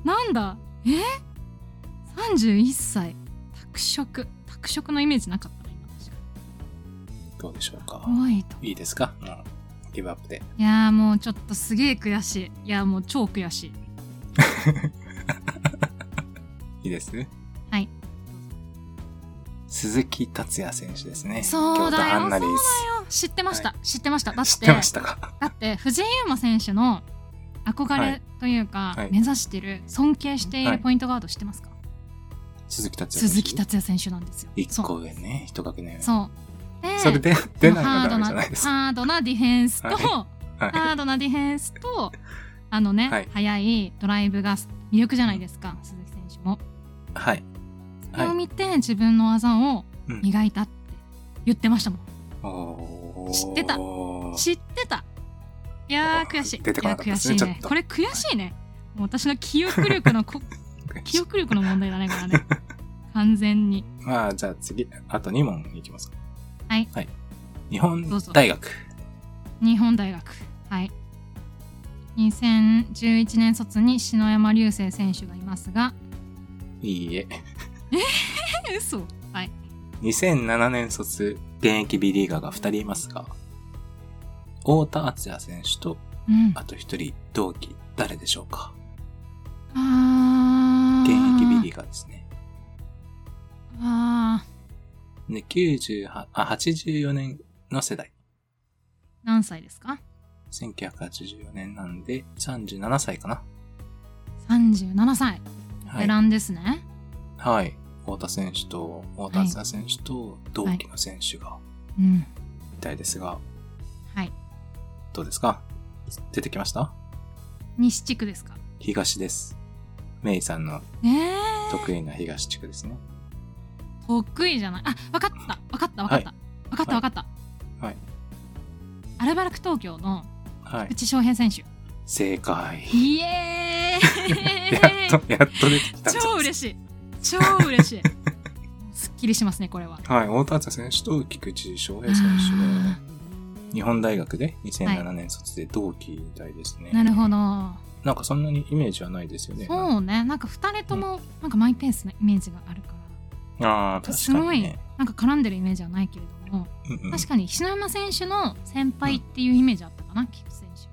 C: なんだえ31歳拓殖拓殖のイメージなかったな今確か
A: どうでしょうか。
C: 怖いと
A: いいですかもう、ギブアップで。
C: いやーもうちょっとすげえ悔しいいやーもう超悔しい
A: いいですね。
C: はい。
A: 鈴木達也選手ですね。
C: そう
A: 京
C: だよ
A: 都アンナリー
C: 知ってました、知ってましただっ
A: ス。知っててましたか
C: だって藤井優真選手の憧
A: は
C: れ
A: い
C: というか、
A: はい
C: 目指してる尊敬してい
A: は
C: る
A: い
C: ポイントガード知ってますか、
A: 鈴木達也選手。
C: 鈴木達也選手なんですよ
A: 一
C: そ
A: 個
C: う
A: 上ね、一学年上。
C: そうで
A: それで出ない
C: ハ
A: の
C: ー
A: ダ
C: ド
A: メ
C: な
A: じゃないですか。
C: ハードなディフェンスと、
A: はいは
C: ハードなディフェンスとあのね、
A: はい
C: 速いドライブが魅力じゃないですか鈴木選手も
A: い。はい。
C: それを
A: は
C: 見て自分の技を磨いたって言ってましたもん、
A: い。おー
C: 知ってた知ってたいやー悔しい
A: 出てこなかったですね
C: いや悔
A: ちょ
C: しい
A: っ
C: ね
A: と
C: これ悔しいねもう私の記憶力の
A: *laughs*
C: こ記憶力の問題だねこれはね完全に
A: まあ、じゃあ次、あと2問いきますか。
C: はい。
A: はい。日本
C: どうぞ
A: 大学。
C: 日本大学はい2011年卒に篠山流星選手がいますが
A: いいえ。
C: え嘘はい
A: 2007年卒、現役 B リーガーが2人いますが、太田敦也選手と、
C: うん
A: あと1人、同期、誰でしょうか
C: あ
A: 現役 B
C: リ
A: リーガーですね。
C: あー
A: で、98あ、84年の世代。
C: 何歳ですか
A: 1984年なんで、37歳かな。
C: 37歳
A: は
C: ベ
A: い。
C: ランですね、
A: はい。太田選手と、太田敦也選手と、同期の選手が、
C: うん
A: みたいですが、
C: はい
A: どうですか出てきました
C: 西地区ですか
A: 東です。メイさんの
C: ええ
A: 得意な東地区ですね。
C: 得意じゃないあ分かった分かった分かった、分かった分かった
A: はい
C: アルバルク東京の
A: はい
C: 菊。池翔平選手、
A: 正解。
C: イエ
A: *laughs* や
C: ー
A: っと、やっと出てきたん
C: イ
A: じゃ
C: 超
A: ないです
C: 嬉しい超
A: *laughs*
C: 嬉しいすっきりしますねこれは
A: かはい。太田敦也選手と菊池翔平選手が、日本大学で2007年卒で同期みたいですね。
C: なるほ
A: ど。
C: ど
A: なんかそんなにイメージはないですよね。
C: そうねなんか2人ともなんかマイペースなイメージがあるから
A: ああ、確
C: す
A: か
C: ご
A: に、
C: い
A: ね。
C: なんか絡んでるイメージはないけれども、
A: うんうん、
C: 確かに篠山選手の先輩っていうイメージあったかな、菊池選手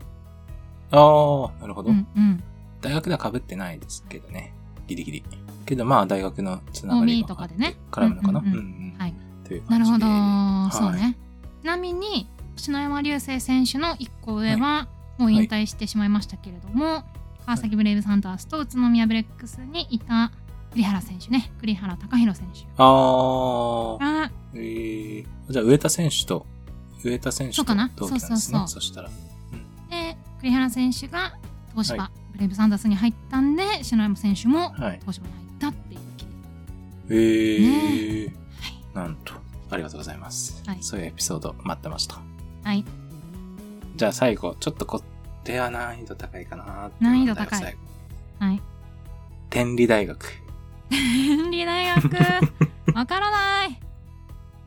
A: ああ、なるほど。
C: うんうん
A: 大学では被ってないですけどね。ギリギリ。けどまあ大学のつながり
C: OB
A: が
C: とかでね
A: 絡むのかな。
C: うんうんうん
A: うんうん
C: はい。
A: という
C: な
A: 感
C: る
A: じ
C: ほ
A: で
C: ど、
A: はい
C: そうねちなみに篠山流星選手の1個上はもう引退してしまいましたけれども、川崎ブレイブサンダースと宇都宮ブレックスにいた栗原選手ね栗原貴弘選手
A: ああ、
C: が
A: えー、じゃあ上田選手と、上田選手
C: そ
A: と
C: うかな
A: 同期なんですね。
C: そうそうそう
A: そしたら。
C: で栗原選手が東芝、
A: は
C: ブレイブサンダースに入ったんで篠山選手も
A: はい。
C: 東芝に入ったっていう経
A: えー、
C: 緯はい
A: なんと。ありがとうございます、
C: はい
A: そういうエピソード待ってました。
C: はい
A: じゃあ最後、ちょっとこれは難易度高いかなってう
C: 難易
A: 問
C: 度
A: 題を
C: 高い
A: 最後。
C: はい
A: 天理大学。
C: 天理
A: *laughs*
C: 大学わからない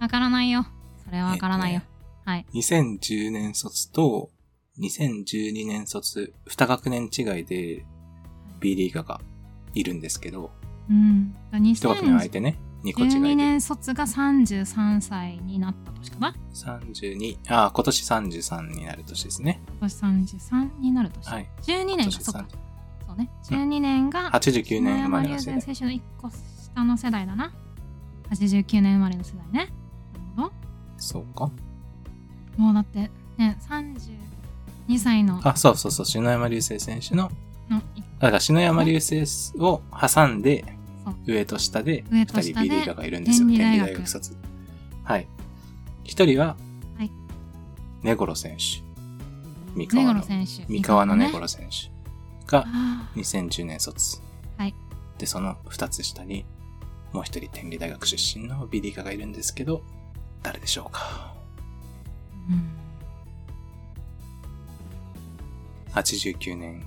C: わからないよそれはわからないよ、はい
A: 2010年卒と2012年卒、2学年違いで B リーガーがいるんですけど、
C: うん
A: 1学年相手ね、2個違
C: 12
A: いで。
C: 年卒が33歳になった年かな
A: 32、ああ、今年33になる年ですね。
C: 今年33になる年、
A: はい。
C: 12
A: 今
C: 年
A: 年
C: かそうか
A: 30
C: そうね
A: うん
C: 12年が
A: 89年生ま
C: 山
A: れ
C: 流
A: の世
C: 星
A: 代。
C: 選手の1個下の世代だな89年生まれの世代ねなるほ
A: そうか。
C: どもうだってね32歳の
A: あ、そうそうそう、篠山流星選手の、
C: の
A: だから篠山流星を挟んで
C: そう、
A: 上と下で
C: 上
A: 2
C: と
A: 人
C: 下
A: B
C: で
A: リーガーがいるんですよ。
C: 天
A: 天
C: 理
A: 理
C: 大
A: 大
C: 学
A: 学卒。はい。1人は
C: はい、
A: 根頃選手。三
C: 根
A: 河
C: 頃
A: の
C: 選手
A: 三河の
C: ね
A: 根頃選手が
C: あー
A: 2010年卒。
C: はい
A: で、その2つ下に、もう一人天理大学出身のビリーカがいるんですけど、誰でしょうか。
C: うん
A: 89年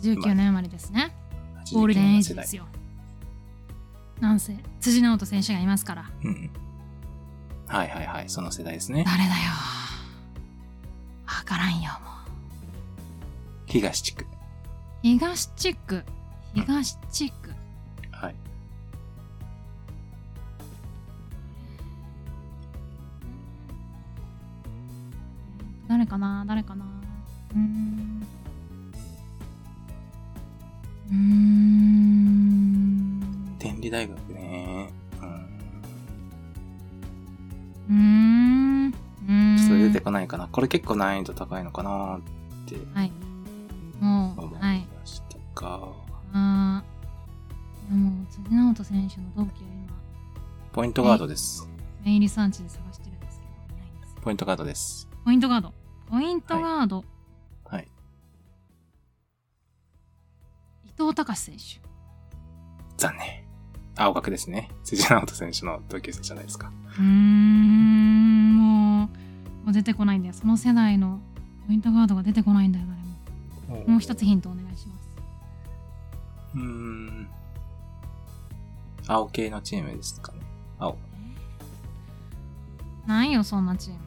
C: 19年生まれですね。ゴールデンエイジです
A: よ。
C: よ。なんせ辻直人選手がいますから。
A: うんうん。はいはいはい、その世代ですね。
C: 誰だよ。わからんよ、もう。
A: 東地区。
C: 東地区。東地区。
A: はい。
C: 誰かな誰かなうーんうーん
A: 天理大学ね。うん。
C: うーんうーん
A: ちょっと出てこないかな。これ結構難易度高いのかなって
C: はいも
A: 思い
C: うはい
A: ましたか。
C: あーでも辻直人選手の同期を今
A: ポイントガードです。
C: メインリサーチで探してるんですけどいないんですよ
A: ポイントガードです。
C: ポイントガードポイントガード、
A: はい。
C: 伊藤隆選
A: *laughs*
C: 手
A: 残念。青学ですね。辻直人選手の同級生じゃないですか。
C: うーんもうもう出てこないんだよその世代のポイントガードが出てこないんだよ誰ももう一つヒントお願いします
A: うーん。青系のチームですかね。青。
C: ないよそんなチーム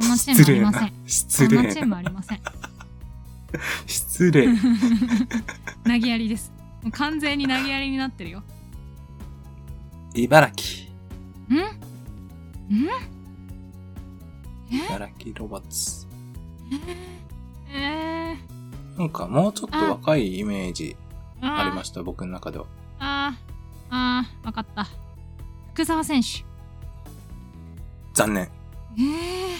C: そんなチームありません
A: 失
C: そんな
A: 礼
C: チーム
A: な。
C: あり
A: *laughs*
C: ません
A: 失礼。
C: 投げやりですもう完全に投げやりになってるよん
A: 茨城。
C: ん
A: 茨城ロバーツ。
C: ええ
A: なんかもうちょっと若いイメージ
C: ー、あ
A: ありま
C: し
A: した、僕の中では。
C: あーあーわかった福澤選手
A: 残念。
C: ええ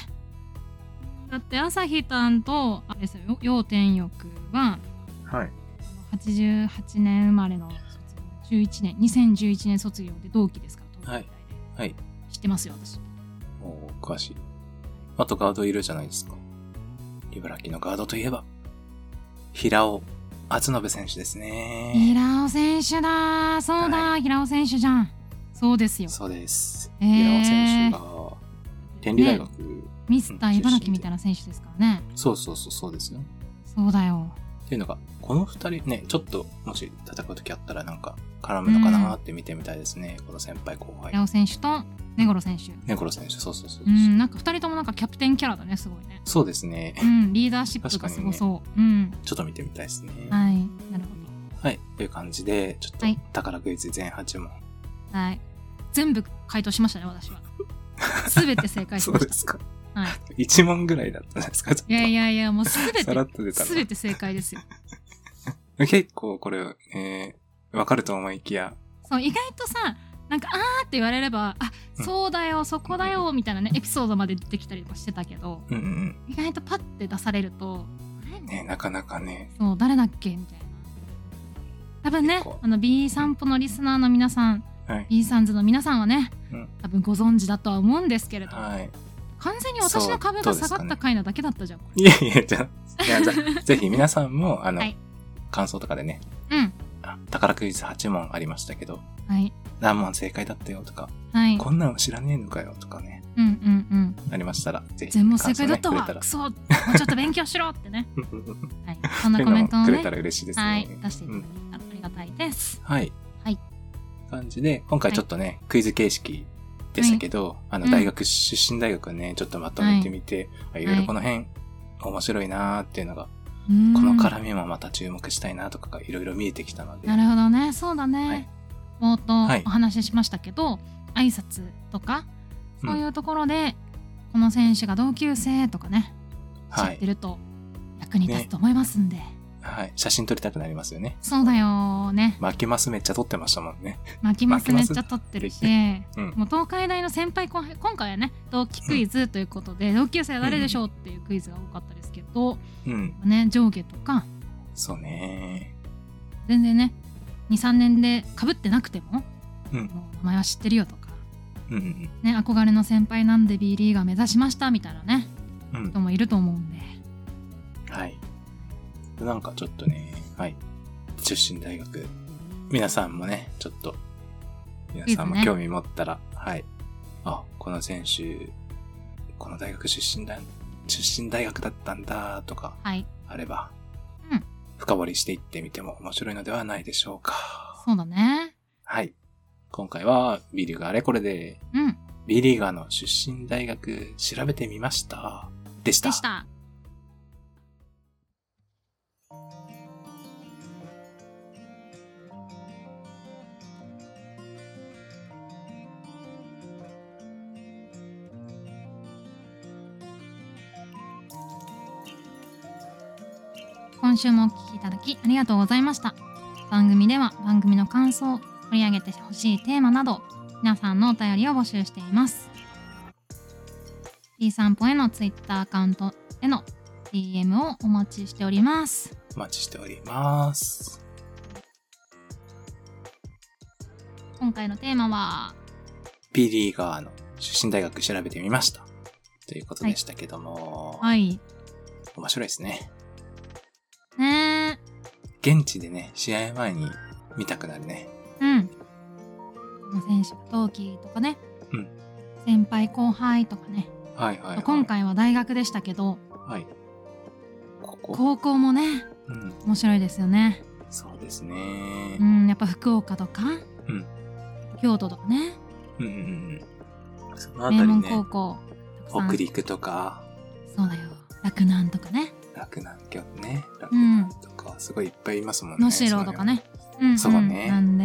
C: ー、だって朝日たんとあれですよ要天翼は
A: はい。
C: 88年生まれの卒業11年2011年卒業で同期ですから
A: はいはい
C: 知ってますよ私
A: おー詳しい。あとガードいるじゃないですか。茨城のガードといえば、平尾厚信選手ですね。
C: 平尾選手だそうだ、平尾選手じゃんそうですよ
A: そうです。
C: へー
A: 平尾選手が、天理大
C: ね
A: 学、
C: ミスター茨城みたいな選手ですからね
A: そうそうそうそうですよ。
C: そうだよ
A: っていうのが、この二人ね、ちょっともし戦う時あったらなんか絡むのかなーって見てみたいですね。この先輩後輩。
C: 平尾選手と根頃選手
A: ね、この選手、そうそうそうそう。
C: うんなんか2人ともなんかキャプテンキャラだねすごいね
A: そうですね
C: う。んリーダーシップがすごそう、
A: ちょっと見てみたいですね。
C: うん
A: はい。
C: はいなるほ
A: という感じで、ちょっと
C: はい
A: 宝クイズ全8問。
C: どはい全部回答しました
A: *laughs*
C: ね私は全て正解し
A: そ
C: ま
A: う
C: し
A: で
C: た
A: すか。
C: はい
A: 一問ぐらいだったじゃないですか、ちょっと。
C: いやいやいやもう全て
A: さらっと出た
C: 全て正解ですよ
A: な。結構これ、えー、わかると思いきや、
C: そう意外とさなんか「あー」って言われれば「あ
A: うん
C: そうだよそこだよ」みたいなねエピソードまで出てきたりとかしてたけど
A: うんうん
C: 意外とパッて出されると「あれ
A: うん。ね、なかなかね、
C: そう誰だっけ?」みたいな多分ね
A: 結構
C: あの B 散歩のリスナーの皆さん
A: はい。
C: B サンズの皆さんはね、
A: うん
C: 多分ご存知だとは思うんですけれど、
A: はい。
C: 完全に私の株
A: そ
C: が下
A: うどうですか
C: がっ
A: ね
C: た回なだけだったじゃんこれ
A: いやいや、じゃあ、いやじゃ
C: *laughs*
A: あぜひ皆さんも、あの、
C: はい
A: 感想とかでね、
C: うん
A: あ宝クイズ8問ありましたけど、
C: はい
A: 何問正解だったよとか、
C: はい
A: こんなの知らねえのかよとかね、
C: うんうんうん
A: ありましたら、ぜひ、
C: 全問正解だったわ、
A: 感
C: ク
A: 想
C: ソもうちょっと勉強しろっ
A: *laughs*
C: てね、
A: ねくれたら
C: はい、そんなコメントを
A: *laughs* くれ
C: ね
A: たら嬉しいですね。
C: はい、出していた
A: うん
C: だけたらありがたいです。
A: はい。
C: はい。
A: 感じで、今回ちょっとね、クイズ形式でしたけど、あ
C: う
A: の、
C: ん
A: 大学、出身大学ね、ちょっとまとめてみて、あい、ろいろこの辺、面白いなーっていうのが、この絡みもまた注目したいなとかがいろいろ見えてきたので、
C: なるほどね、そうだね。
A: はい
C: 冒頭
A: はい
C: お話ししましたけど、挨拶とか
A: うん
C: そういうところで、この選手が同級生とかね、
A: は
C: 知って
A: い。
C: ると役に立つと思いますんで。
A: はい。写真撮りたくなりますよね。
C: そうだよね。
A: 巻きますめっちゃ撮ってましたもんね。
C: 巻きますめっ
A: 巻きます
C: ちゃ取ってるし、
A: うん。
C: もう東海大の先輩後輩今回はね同期クイズということで、同級生は誰でしょうっていうクイズが多かったですけど、
A: うん。
C: ね上下とか
A: そうね
C: 全然ね23年でかぶってなくても
A: うん
C: もう名前は知ってるよとか、
A: ー。うん
C: ね、憧れの先輩なんで B リーガー目指しましたみたいなね
A: うんうん。う
C: 人もいると思うんで
A: ん。はい。なんかちょっとね、はい。出身大学、皆さんもね、ちょっと、皆さん
C: いいです
A: も
C: ね
A: 興味持ったら、はい。あ、この選手、この大学出身だ、出身大学だったんだ、とか、
C: はい
A: あれば、
C: うん
A: 深掘りしていってみても面白いのではないでしょうか。
C: そうだね。
A: はい。今回は B リーグあれこれで
C: うん。
A: B リーガーの出身大学調べてみました。でした。
C: でした。今週もお聞きいただきありがとうございました。番組では番組の感想、取り上げてほしいテーマなど、皆さんのお便りを募集しています。B 散歩へのツイッターアカウントへの DM をお待ちしております。
A: お待ちしております。
C: 今回のテーマは、
A: B リーガーの出身大学調べてみました。ということでしたけども、
C: はい。
A: 面白いですね。
C: ね
A: 現地でね、試合前に見たくなるね。
C: え、うん。この選手、同期とかね、
A: うん
C: 先輩後輩とかね、
A: はいはい、はい。
C: 今。回は大学でしたけど、
A: はい。ここ。
C: 高校もね、
A: うん。
C: 面白いですよね。
A: そうですね
C: う。ん、やっぱ福岡とか、
A: うん
C: 京都とかね、
A: うんうんうん。そのあた
C: 名
A: り
C: 門
A: ね
C: 高、校、たくさん
A: 北陸とか、
C: そうだよ、洛南とかね、
A: 洛南京都ね、洛
C: うん
A: 南とか、すごいいっぱいいますもんね。
C: 能代とかね。うんうん
A: そうね
C: なんで、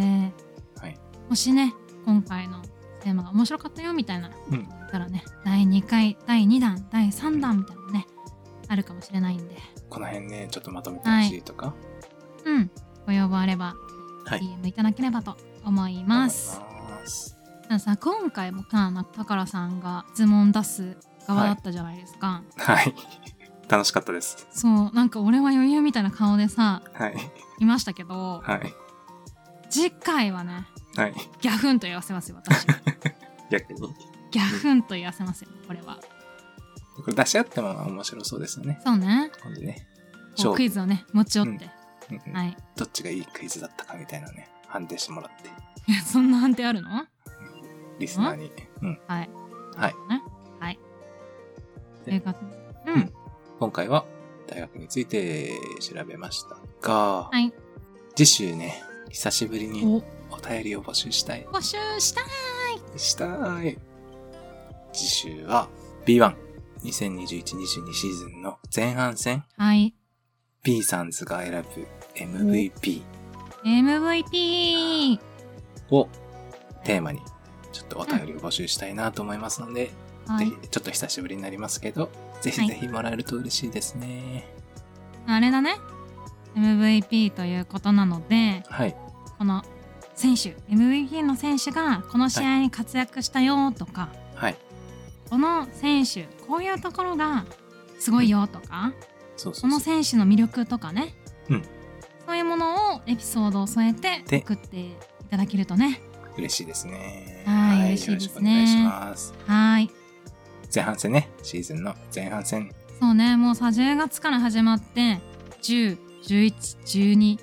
A: はい
C: もしね今回のテーマが面白かったよみたいな
A: その辺は。
C: だったらね第2回第2弾第3弾みたいなのねあるかもしれないんで
A: うん。この辺ね、ちょっとまとめてほしいとか。
C: うんご要望あれば
A: はい
C: DM いただければと思います。
A: 思います
C: たださ今回もかなたからさんが質問出す側だったじゃないですか、
A: はい。楽しかったです。
C: そうなんか俺は余裕みたいな顔でさ
A: はい。
C: いましたけど
A: はい。
C: 次回はね
A: はい。
C: ギャフンと言わせますよ
A: *laughs*
C: 私
A: 逆に。
C: ギャフンと言わせますよこれは
A: これ出し合っても面白そうですよね。
C: そうね
A: 今度ね。
C: こうクイズをね持ち寄って、
A: うんうん
C: はい *laughs*
A: どっちがいいクイズだったかみたいなね、判定してもらって、
C: いやそんな判定あるのは
A: リスナーに。うん。
C: い
A: はい
C: ねはいということでうん、
A: うん今回は大学について調べましたが、
C: はい
A: 次週ね、久しぶりに
C: お
A: お便りを募集したい。
C: 募集した
A: したい。次週は B1。2021-22シーズンの前半戦、
C: はい
A: B サンズが選ぶ MVP
C: MVP
A: をテーマに、ちょっとお便りを募集したいなと思いますので、
C: は
A: ぜ
C: い
A: ひ、ちょっと久しぶりになりますけど、ぜひぜひもらえると嬉しいですね。
C: あれだね MVP ということなので
A: はい。
C: この選手 MVP の選手がこの試合に活躍したよとか、
A: はい。
C: この選手こういうところがすごいよとか、
A: そうそ
C: そう
A: そ
C: の
A: う。
C: 選手の魅力とかね、
A: うん
C: そういうものをエピソードを添えて
A: で
C: 送っていただけるとね
A: 嬉しいですね。
C: はい嬉し
A: よ
C: い
A: ろ
C: で
A: しく
C: す
A: お願
C: ね
A: いします。
C: はーい
A: 前半戦ね、シーズンの前半戦。
C: そうねもうさ10月から始まって101112111212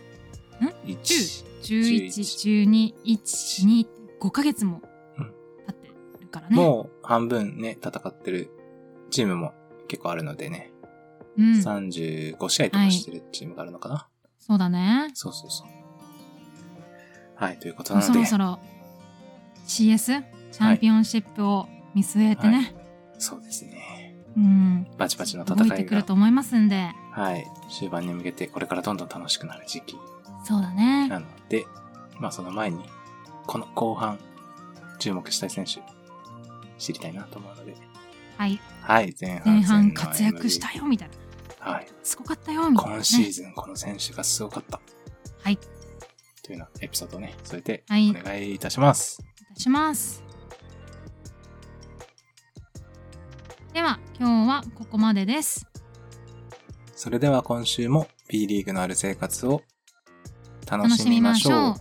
A: 1。
C: 5ヶ月も
A: うん
C: 経ってるからね
A: もう半分ね、戦ってるチームも結構あるのでね、
C: う、ん、そ
A: 35試合とかしてるチームがあるのかな、
C: うだね
A: そうそうそう。はい、ということ
C: もう
A: なの
C: そ
A: で、
C: ろそろ CS チャンピオンシップを見据えてね、
A: はそうですね。
C: うん
A: バチバチの
C: 動い
A: 戦
C: て
A: い
C: くる
A: が
C: と、思いますんで
A: はい、終盤に向けてこれからどんどん楽しくなる時期
C: そうだ
A: *laughs*
C: ね
A: なので、まあその前に、この後半、注目したい選手、知りたいなと思うので、
C: はい
A: はい、前
C: 前
A: 半戦の
C: 半活躍した
A: MVP
C: よみたいな
A: はい、
C: すごかったよみたいな、ね、
A: 今シーズンこの選手がすごかった。
C: はいい
A: というようなエピソードをね、添えて
C: はい
A: お願いいたします。
C: たしますでは今日はここまでです
A: それでは今週も B リーグのある生活を楽
C: 楽
A: し
C: し
A: み
C: み
A: ま
C: ま
A: し
C: し
A: ょ
C: ょ
A: う
C: う。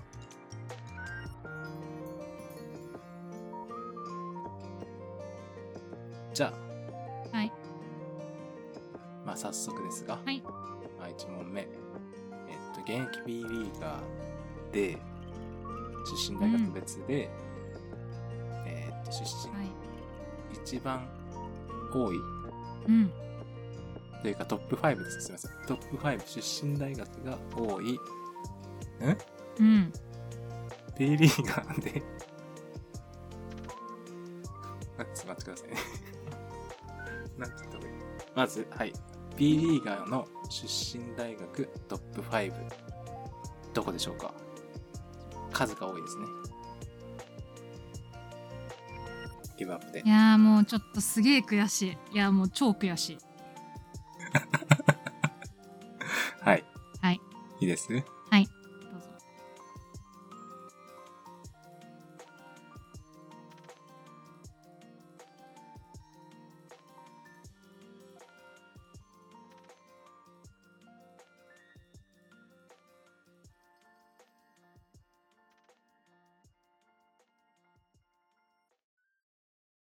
A: じゃ
C: はい
A: あ、まあ早速ですが、
C: はい
A: まあ1問目。えっと、現役 B リーガーで、出身大学別で、えっと、出身
C: はい
A: 一番多い
C: うん
A: というかトップ5です。すみません。トップ5出身大学が多い
C: うん。
A: B リーガーで。 *laughs* あちょっと待ってくださいね。 *laughs* なんて言った方がいいまず、はい。B リーガーの出身大学トップ5。どこでしょうか数が多いですね。ギブアップで
C: い。やーもうちょっとすげえ悔しい。いやーもう超悔しい。
A: はい。
C: はい。
A: いいです